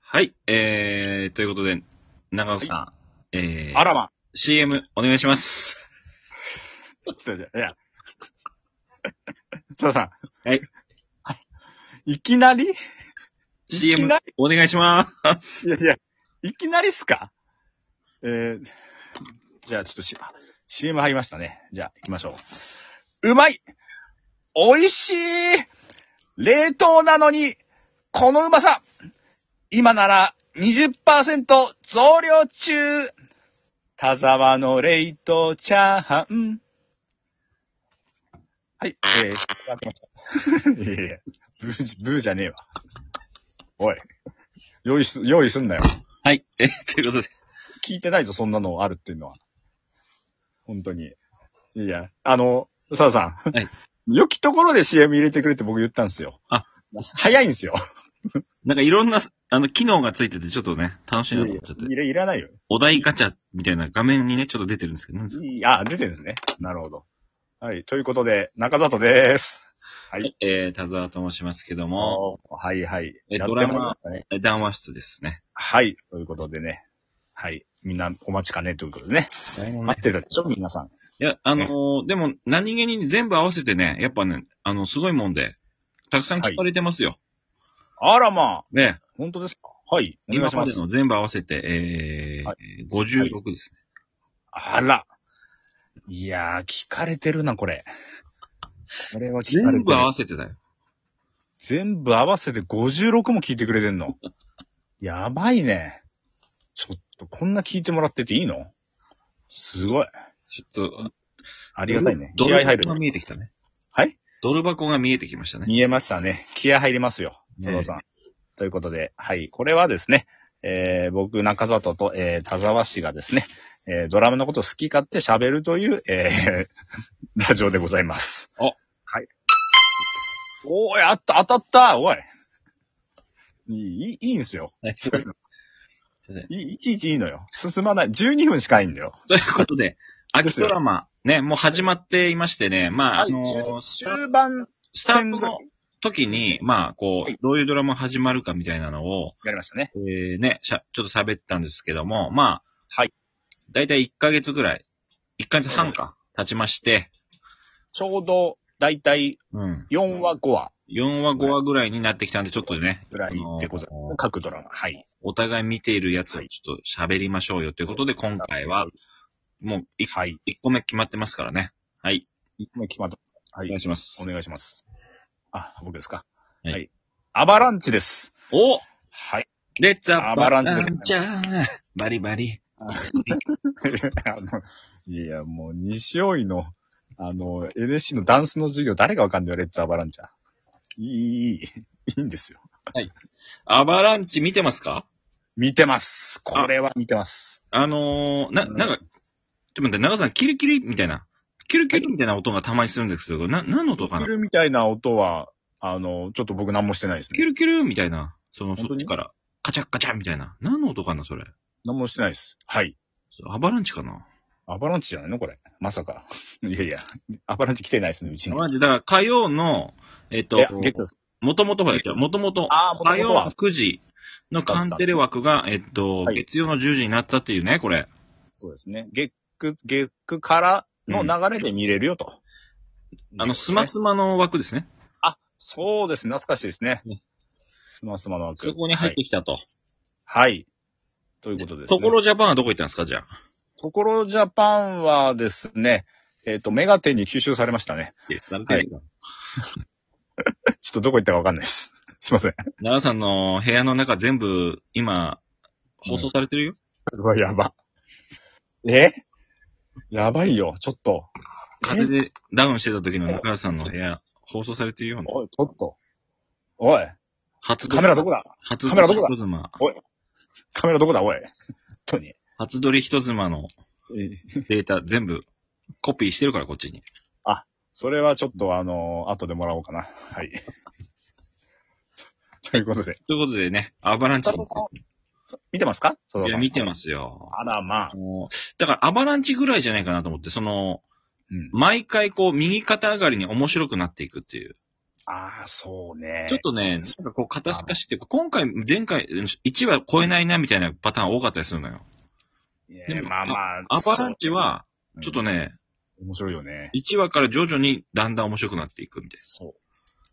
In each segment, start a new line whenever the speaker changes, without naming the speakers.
はい、えー、ということで、長尾さん、えー、
あらま。
CM お願いします。
ちょっとじゃあ、いや。 佐藤さん。
はい。
いきなりいき
CM
な
お願いし ます。
りいやいや、いきなりっすかえー、じゃあちょっとし、あ CM 入りましたね。じゃあ行きましょう。うまい美味しい冷凍なのに、このうまさ今なら20%増量中田沢の冷凍チャーハン。はい、えー、わかりました。いやいや、ブーじ、ブーじゃねえわ。おい。用意す、用意すんなよ。
はい、えー、ということで、
聞いてないぞ、そんなのあるっていうのは。本当に。いや、あの、澤さん。
はい。
良きところで CM 入れてくれって僕言ったんですよ。
あ、
早いんですよ。
なんかいろんな、あの、機能がついてて、ちょっとね、楽しいなと思っちゃって。
いれ、いらないよ。
お題ガチャみたいな画面にね、ちょっと出てるんですけど、なんですか
いいあ、出てるんですね。なるほど。はい。ということで、中里です。
はい、えー、田沢と申しますけども、
はいはい。
え
やっ
ド
て
ラマ
もらいましたね。
え談話室ですね。
はい。ということでね。はい。みんなお待ちかねということでね。待ってたでしょ、皆さん。
いや、あのーでも、何気に全部合わせてね、やっぱね、あの、すごいもんで、たくさん聞かれてますよ。
あらまあ、
ね、
本当ですかはい。お願
今
いし
ま
ま。
ですの全部合わせて、えー
はい
56ですね。
あら。いやー、聞かれてるな、これ。これは聞かれ
全
て
部合
る。
わせてだよ。
全部合わせて56も聞いてくれてんの。 やばいね。ちょっと、こんな聞いてもらってていいのすごい。
ちょっと、
ありがたいね。
ド
気
ル
合入
箱が
る。
見えてきたね。
はい
ドル箱が見えてきました ね。
見えましたね。気合入りますよ。
ね
佐藤さん。ということで、はい。これはですね、えー、僕、中里と、えー、田沢氏がですね、えー、ドラムのことを好き勝手喋るという、えー、 ラジオでございます。
お
はい。おーい、あった、当たったおいいい、いいんすよ。
はい
そういうの
すいません
いい、いちいちいいのよ。進まない。12分しかないんだよ。
ということで、
で
秋
す
ド
よ
ラマ、ね、もう始まっていましてね、まあ、
はい
あのース
終盤、
スタートの時に、まあ、こう、
はい
どういうドラマ始まるかみたいなのを、
やりましたね。
えー、ね、しゃ、ちょっと喋ったんですけども、まあ、
はい。
だいたい1ヶ月ぐらい、1ヶ月半か、経ちまして、
ちょうど、だいたい
うん。
4話、5話。
4話5話ぐらいになってきたんで、ちょっとね、
ぐらいでござい
あ
ま
の
す。各ドラマ。はい。
お互い見ているやつをちょっと喋りましょうよということで、今回は、もう一
はい。
一個目決まってますからね。はい。
もう決まってますかは
お願い
い。
します
お。願いします。あ、僕ですか。
は
はいい。アバランチです。
お
はい。
レッツアッ
ア
プ
バ
ラ
ラ
ン
ン
チ
チで
ャーバリバリ。
あのいや、もう、西尾井の、あの、NSC のダンスの授業、誰がわかんないよ、レッツアバランチャー。いい、いい、いいいんですよ。
アバランチ見てますか
見てます。これは見てます。
あのー、な、
うん
なんか、ちょっと待って、長さん、キリキリみたいな、キルキリみたいな音がたまにするんですけど、な、何の音か
キ
な
ルみたいな音は、あの、ちょっと僕何もしてないです
キ
ね。
ルキルみたいな、その、
本
そ
当
っ
に
ちから、カチャッカチャみたいな。何の音かな、それ。
何もしてないです。はい。
それアバランチかな
アバランチじゃないのこれ。まさか。いやいや、アバランチ来てないですね、うちに。
マジだから火曜の、えっと
いや、、ゲットです。
もともとほら、もともと、
あー元々
火
は
曜の9時のカンテレ枠が、えっと、
はい
月曜の10時になったっていうね、これ。
そうですね。月9、月9からの流れで見れるよと。
あの、スマスマの枠ですね。
そうですね。懐かしいですね
ね。
スマスマの枠。
そこに入ってきたと。
はい。はい。ということです、ね。
とこ、ろジャパンはどこ行ったんですか、じゃあ。
ところジャパンはですね、えっ、と、メガテンに吸収されましたね。
はい。
ちょっとどこ行ったかわかんないです。 すいません。
奈良さんの部屋の中全部、今、放送されてるよ。
うわ、やば。えやばいよ。ちょっと。
風邪でダウンしてた時の中原さんの部屋、放送されてるよ。
おい、ちょっと。おい、
初
カメラどこだ
初
カメラどこだ
人妻。
カメラどこだおい。本当に。
初撮り人妻のデータ全部コピーしてるから、こっちに。
それはちょっとあの後でもらおうかな。はい。 ということで。
ということでね、アバランチ
佐。藤さん、見てますか佐藤
い
さ
や、
ん。
見て
す。
ますよ。
あら、まあ
あ。のだから、アバランチぐらいじゃないかなと思って、その、
うん。
毎回こう、右肩上がりに面白くなっていくっていう。
ああ、そうね。
ちょっとね、なんかこう、肩透かしっていうか、今回、前回、1は超えないなみたいなパターン多かったりするのよ。
ね
でも
まあまあ。
アバランチは、ちょっとね、
そう。面白いよね。
1話から徐々にだんだん面白くなっていくみたい
そう。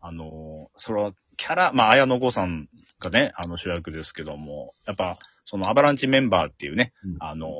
あのーそれは、キャラ、まあ、綾野剛さんがね、あの主役ですけども、やっぱ、そのアバランチメンバーっていうね、
うん
あのー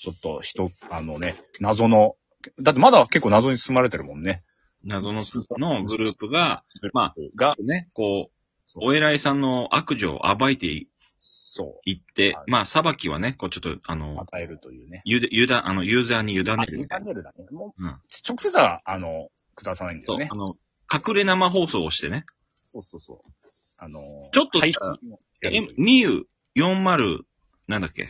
ちょっと人、あのね、謎の、だってまだ結構謎に包まれてるもんね。
な。謎ののグループが、ま
が、
ね、こう、
そう
お偉いさんの悪女を暴いてい
そ
って
はい、
まあ、裁きはね、こう、ちょっと、あ
う、
の、
与えるというね。
ゆで、ゆだ、あの、ユーザーに委ねるみたい
あ
な。
委ねるだね。もう、
うん
直接は、あの、下さないんだ
そ
よ
う、
ね
あ。の、隠れ生放送をしてね。
そうそうそう。あのー
ちょっと
配信を
え
やるという。
みゆ40、なんだっけ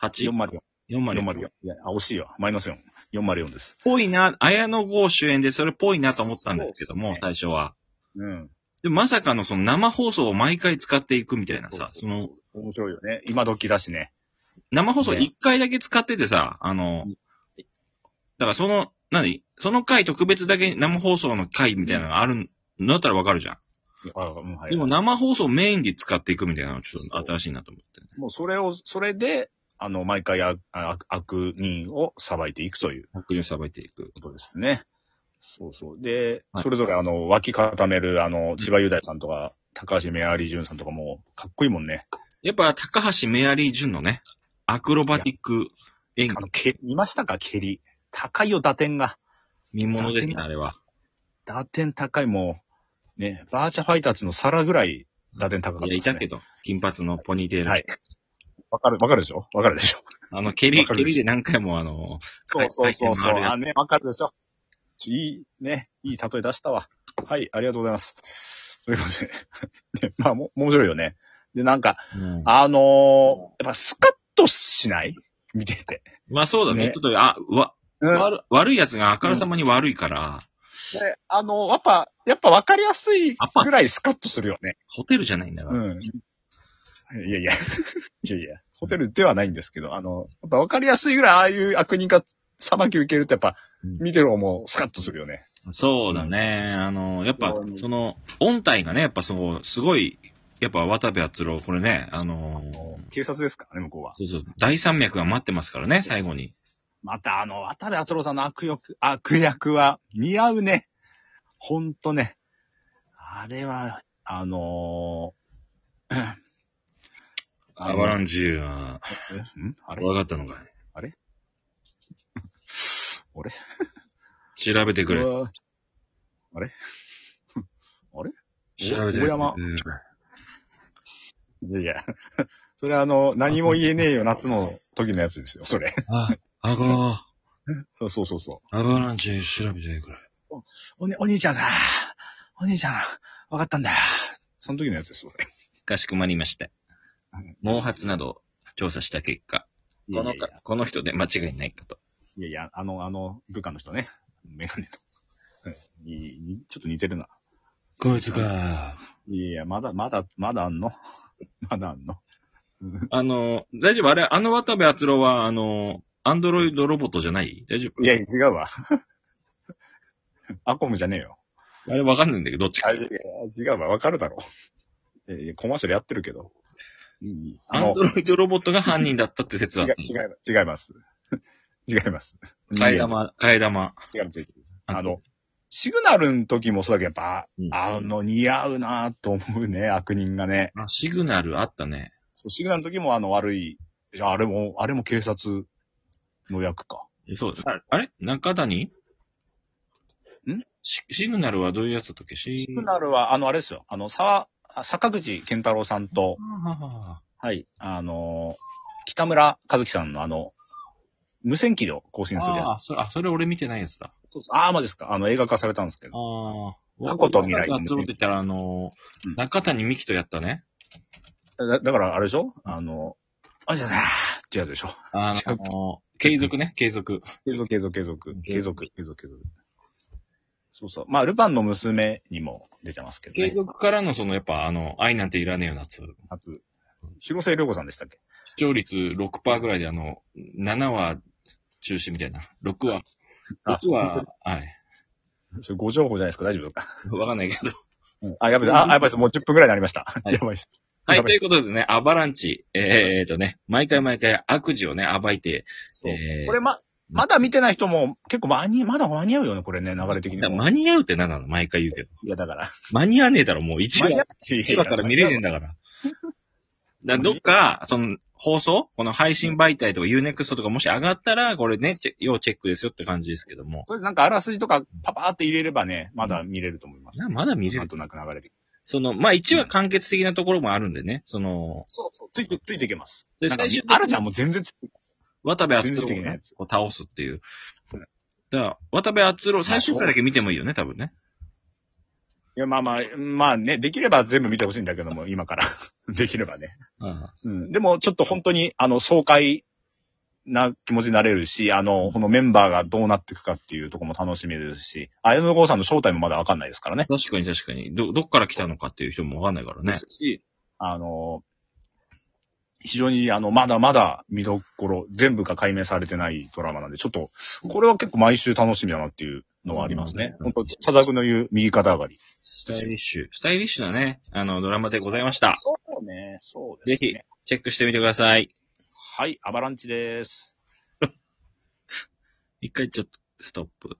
?8?
404。
404。
404。いや、あ、惜しいわ。マイナス4。404です。
ぽいな、綾野剛主演でそれぽいなと思ったんですけども、
そう
最初は。
うん。
で、まさかのその生放送を毎回使っていくみたいなさ、その、、
面白いよね。今時だしね。
生放送
ね
1回だけ使っててさ、あの、だからその、何その回特別だけ生放送の回みたいなのがあるのだったらわかるじゃん。
あうん、はい。
でも生放送メインで使っていくみたいなのちょっと
そう
新しいなと思ってね。
もうそれを、それで、あの、毎回ああ悪人を裁いていくという
白をさばいていく。
ことですね。そうそう。で、
はい
それぞれあの、脇固める、あの、千葉雄大さんとか、高橋メアリー淳さんとかも、かっこいいもんね。
やっぱ高橋メアリー淳のね、アクロバティック演技
あの、蹴、見ましたか蹴り。高いよ、打点が。
見物ですね、あれは。
打点高い、もう、ね、バーチャファイターズの皿ぐらい打点高か
い
った
や、
で
い
す、
た
ね。
けど、金髪のポニーテール。
はい。わかる、わかるでしょわかるでしょ
あの、蹴り、
わかる
蹴りで何回もあの、
そうそうそうそ
回転
う。
回るやつ
あ、ね、わかるでしょ。ちょいい、ね、いい例え出したわ。はい、ありがとうございます。ということで、ね、 まあ、も、面白いよね。で、なんか、
うん
あのーやっぱスカッとしない見てて。
まあそうだね。
ね
ちょっと、あ、わ、
うん。
悪悪いやつがあからさまに悪いから、
であの、やっぱ、やっぱわかりやすい
やっぱ
ぐらいスカッとするよね。
ホテルじゃないんだから。
うん。いやいや、いやいや、ホテルではないんですけど、あの、やっぱわかりやすいぐらいああいう悪人が裁き受けるとやっぱ、
うん
見てる方もスカッとするよね。
そうだね。あの、やっぱ
そうね、
その、音体がね、やっぱその、すごい、やっぱ渡部篤郎、これね、あの、
警察ですからね、向こうは。
そうそう、大山脈が待ってますからね、最後に。
また、あの、渡部篤郎さんの悪役、悪役は似合うね。ほんとね。あれは、あのー、
アバラ
ン
ンジは、
んあれ
わかったのかい
俺
調べてくれ。
う
調
わあれあれ
べてくれ。
大山
うん
いやいや。それはあの、何も言えねえよ、夏の時のやつですよ、それ。
あ、あご
そうそうそうそ
アバランチ調べてくれ。
う。おね、お兄ちゃんさ、お兄ちゃん、わかったんだよ。その時のやつです、それ。
かしこまりました。毛髪などを調査した結果、この
い
か、この人で間違いないかと。
やいやいやいや、あの、あの、部下の人ね。メガネと。うんいいいいちょっと似てるな。
こいつか。
いやいや、まだ、まだ、まだあんの まだあんの
あの、大丈夫あれ、あの渡部篤郎は、あの、アンドロイドロボットじゃない大丈夫
いや、違うわ。 アコムじゃねえよ。
あれわかんないんだけど、どっちか
あ。いや違うわ、わかるだろ。いやいやコマーシャルやってるけど。いいいいあ
アン
の
ド、ロイドロボットが犯人だったって説だっ
違
た
う、。違う、違います。 違います。
替え
違いま
玉、替え玉。
す。違いますあの、シグナルの時もそうだけど、やっぱ、
うん
あの、似合うなぁと思うね、悪人がね。
あ、シグナルあったね。
そうシグナルの時もあの、悪い、いやあれも、あれも警察の役か。
そうです。あれ中谷
ん
シシグナルはどういうやつだったっけシ
シグナルは、あの、あれですよ。あの、沢、あ坂口健太郎さんと、
あ
はい、あの、北村和樹さんのあの、無線機を更新するや
あ、それ、あ、それ俺見てないやつだ。
つ。ああー、まじですか。あの、映画化されたんですけど。
ああ。
過去と未来
が集ってたら、あのー
うん
中谷美紀とやったね。
だだから、あれでしょあの、あじゃあさーってやつでしょ
あ
違う
のー継続ね、継続。
継続、継続、継続、
継
継続、継続、継続。そうそう。まあ、ルパンの娘にも出てますけど
継
ね。
続からの、その、やっぱ、あの、愛なんていらねえよ、夏。
初。広瀬涼子さんでしたっけ
視聴率6%ぐらいで、あの、7話中止みたいな。6話。
あ
6話、はい。
それご情報じゃないですか大丈夫ですか、
わかんないけど。
うんあ、やばいです。あ、やばいです。もう10分くらいになりました。
い
やばいです。
は
や
い、
ば
という
です
ことでね、アバランチ、えー、っとね、毎回毎回悪事をね、暴いて、
そう
えー、
これま、まだ見てない人も結構間に、まだ間に合うよね、これね、流れ的に
だから
も。
間に合うって何なの毎回言うけど。
いや、だから。
間に合わねえだろ、もう一話。一話から見れねえん
だ。
だから。だからどっか、その、放送この配信媒体とか Unext とかもし上がったら、これね、チェ要チェックですよって感じですけども。
それなんかあらすじとかパパーって入れればね、まだ見れると思います。
なまだ見れ
な
る
んとなく流れてきて。
その、まあ、一話完結的なところもあるんでね、その、
そうそう。ついて、ついていけます。
で、
なんか
最終的
あらちゃ
に
んも全然つ
渡部篤
全然
郎
的
を
なや
ね
つ
こう倒すっていう。だから、渡部篤郎、最終回だけ見てもいいよね、多分ね。
いや、まあまあ、まあね、できれば全部見てほしいんだけ ども、今から。 できればね。
うん。
うん。でも、ちょっと本当に、あの、爽快な気持ちになれるし、あの、このメンバーがどうなっていくかっていうところも楽しみですし、綾野剛さんの正体もまだわかんないですからね。
確かに確かに。ど、どっから来たのかっていう人もわかんないから
で
ね。
すし、あの、非常に、あの、まだまだ見どころ、全部が解明されてないドラマなんで、ちょっと、これは結構毎週楽しみだなっていうのはありますね。
うん
本当佐々木の言う右肩上がり。
スタイリッシュ。スタイリッシュなね、あの、ドラマでございました。
そうね、そう
ですねぜチェックしてみてください。
はい、アバランチです。
一回ちょっと、ストップ。